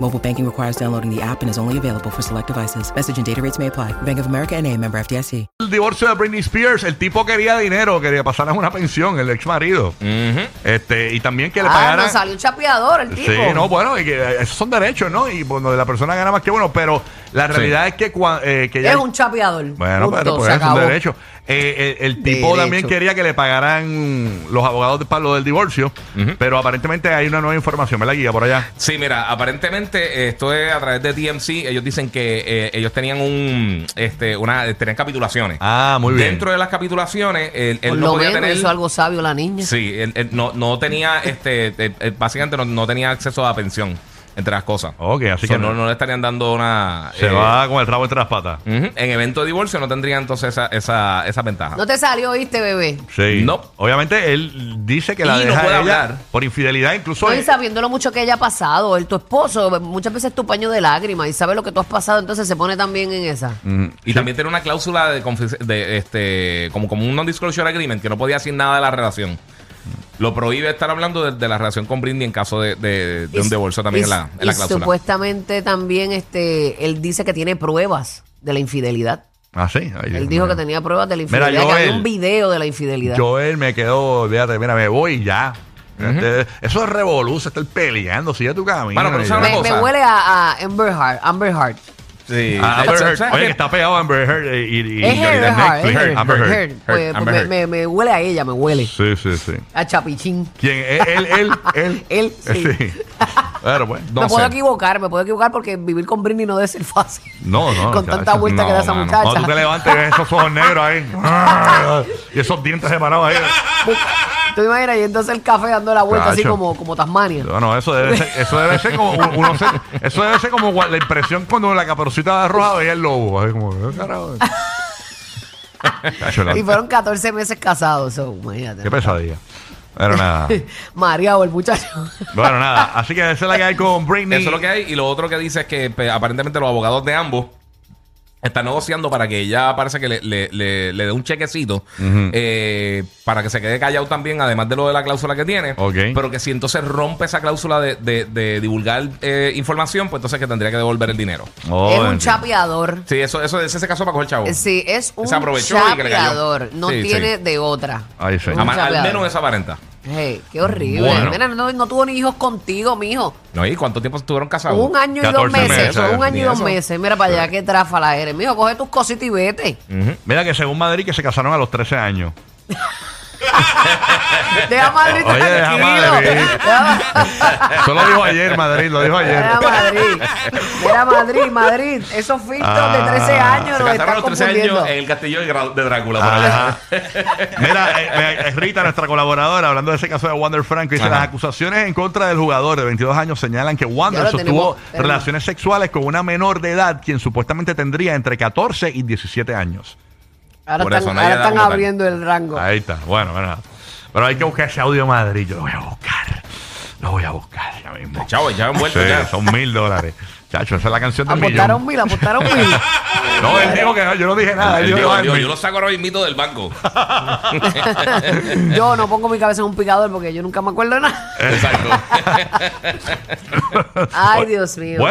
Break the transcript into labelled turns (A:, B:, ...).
A: Mobile banking requires downloading the app and is only available for select devices. Message and data rates may apply. Bank of America and a member FDIC.
B: el divorcio de Britney Spears, el tipo quería dinero, quería pasar a una pensión, el ex marido. Este, y también que le
C: Ah,
B: pagaran.
C: no salió un chapeador el tipo.
B: Sí, no, bueno, y que, eh, esos son derechos, ¿no? Y bueno, de la persona gana más que bueno, pero la realidad es que, cua- eh, que ya.
C: Es un chapeador.
B: Bueno,
C: Punto,
B: pero pues
C: se
B: es un
C: acabó.
B: derecho. Eh, el, el tipo
C: Derecho.
B: también quería que le pagaran los abogados de Pablo del divorcio, pero aparentemente hay una nueva información, ¿verdad, Guía? Por allá.
D: Sí, mira, aparentemente eh, esto es a través de TMC. Ellos dicen que eh, ellos tenían un, este, una, tenían capitulaciones.
B: Ah, muy bien.
D: Dentro de las capitulaciones, él, él
C: Por
D: no
C: lo
D: podía
C: menos
D: tener.
C: hizo algo sabio la niña.
D: Sí, él, él no, no tenía, este, él- él básicamente no, no tenía acceso a pensión entre las cosas.
B: Ok, así
D: So,
B: que
D: no, no le estarían dando una.
B: se
D: eh,
B: va con el rabo entre las patas.
D: ujú, En evento de divorcio no tendría entonces esa, esa, esa ventaja.
C: No te salió, oíste, bebé.
B: Sí.
D: No.
B: Obviamente él dice que la
D: Y no
B: deja
D: puede
B: a ella
D: hablar.
B: por infidelidad, incluso.
C: No, y sabiendo lo mucho que ella ha pasado, él, tu esposo, muchas veces tu paño de lágrimas y sabe lo que tú has pasado, entonces se pone también en esa.
B: Mm,
D: Y también tiene una cláusula de, confi- de, este como, como un non-disclosure agreement que no podía decir nada de la relación. Lo prohíbe estar hablando de, de la relación con Brindy en caso de, de- de
C: Y-
D: un divorcio
C: y-
D: también en la, en la
C: y
D: cláusula.
C: Supuestamente también este, él dice que tiene pruebas de la infidelidad.
B: Ah, sí. Ay,
C: Él
B: Dios
C: dijo
B: mío.
C: que tenía pruebas de la infidelidad, que
B: Joel.
C: había un video de la infidelidad.
B: Joel me quedo, fíjate, mira, me voy y ya. Este, Eso es revolución, estar peleando, sigue tu camino.
D: Bueno, pero
B: y
D: tú sabes
B: ya.
C: me,
D: una cosa.
C: me huele a, a Amber Heart, Amber Heart.
D: Sí.
B: Ah, Amber
D: ¿Sabes
B: Heard.
D: qué?
B: Oye, que está pegado a Amber Heard eh, y, y, y
C: es
B: ahorita en
C: Amber Heard, es
B: Netflix.
C: Heard,
B: Amber Heard.
C: Heard. Pues,
D: Amber
C: me-
D: Heard.
C: Me, me huele a ella, me huele.
B: Sí, sí, sí.
C: A Chapichín.
B: ¿Quién? Él, él, él. Él, pues,
C: Él, sí.
B: Pero bueno,
D: No
C: me puedo
D: sé.
C: equivocar, me puedo equivocar porque vivir con Britney no debe ser fácil.
B: No, no,
C: con
B: chacho,
C: tanta vuelta que da esa
D: no, mano.
C: muchacha.
B: Cuando tú te levantes y ves esos ojos negros ahí. y esos dientes separados ahí.
C: Tú te imaginas, y entonces el café dando la vuelta así
B: Chacho.
C: como, como Tasmania.
B: Bueno, eso debe ser, eso debe ser como un- uno se- eso debe ser como gua- la impresión cuando la caperucita roja veía el lobo. Así como, "Ah, carajo". Cacho, la-
C: Y fueron 14 meses casados, so, imagínate.
B: qué pesadilla. Pero nada.
C: María o el muchacho.
B: Bueno, nada. Así que esa es la que hay con Britney.
D: Eso es lo que hay. Y lo otro que dice es que pe- aparentemente los abogados de ambos están negociando para que ella parece que le, le- le- le dé un chequecito eh, para que se quede callado también, además de lo de la cláusula que tiene.
B: Ok.
D: Pero que si entonces rompe esa cláusula de, de- de divulgar eh, información, pues entonces que tendría que devolver el dinero.
B: Oh,
C: es un
B: entiendo.
C: chapeador.
D: Sí, eso, eso ese es ese caso para coger el chavo.
C: Sí, es un
D: Se aprovechó y que le cayó.
C: chapeador. No
D: Sí,
C: tiene
D: sí.
C: de otra.
B: Ahí sí.
C: Es un
D: Ama- al
C: chapeador.
D: menos esa aparenta.
C: Hey, qué horrible.
B: Bueno.
C: Mira, no, no tuvo ni hijos contigo, mijo.
D: ¿No? ¿Y cuánto tiempo estuvieron casados?
C: Un año y dos
B: 14
C: meses.
B: meses,
C: son un año y
D: ni
C: dos
D: eso.
C: meses. Mira para allá, qué tráfala eres. Mijo, coge tus cositas y vete.
D: Mm.
B: Mira que según Madrid que se casaron a los 13 años.
C: Deja a Madrid
B: Oye,
C: tranquilo.
B: deja a Madrid.
C: Deja-
B: Eso lo dijo ayer Madrid, lo dijo ayer.
C: Mira Madrid, mira Madrid, Madrid, esos filtros
B: Ah,
C: de 13 años
D: Se
C: nos
D: casaron a
C: están
D: los 13
C: confundiendo.
D: años eh, en el castillo de Gra- de Drácula. por allá.
B: Ajá. Mira, eh, eh, Rita, nuestra colaboradora, hablando de ese caso de Wander Franco, dice:
D: Ajá.
B: Las acusaciones en contra del jugador de 22 años señalan que Wander
C: Ya lo
B: sostuvo
C: tenemos, tenemos.
B: relaciones sexuales con una menor de edad, quien supuestamente tendría entre 14 y 17 años.
C: Ahora
D: Por
C: están,
D: eso nadie
C: ahora
D: da
C: están
D: como tal.
C: abriendo el rango.
B: Ahí está, bueno, bueno. Pero hay que buscar ese audio Madrid. Yo lo voy a buscar. Lo voy a buscar ya mismo.
D: Chavo, ya han vuelto
B: Sí,
D: ya.
B: son mil dólares. Chacho, esa es la canción del millón.
C: Apostaron mil, apostaron mil.
B: No, él dijo que no, yo no dije nada. Él
D: Él
B: dijo,
D: dijo,
B: "Ah,
D: "Dios,
B: mil".
D: yo lo saco ahora mismo del banco.
C: Yo no pongo mi cabeza en un picador porque yo nunca me acuerdo de nada.
D: Exacto.
C: Ay, Dios mío.
B: Bueno,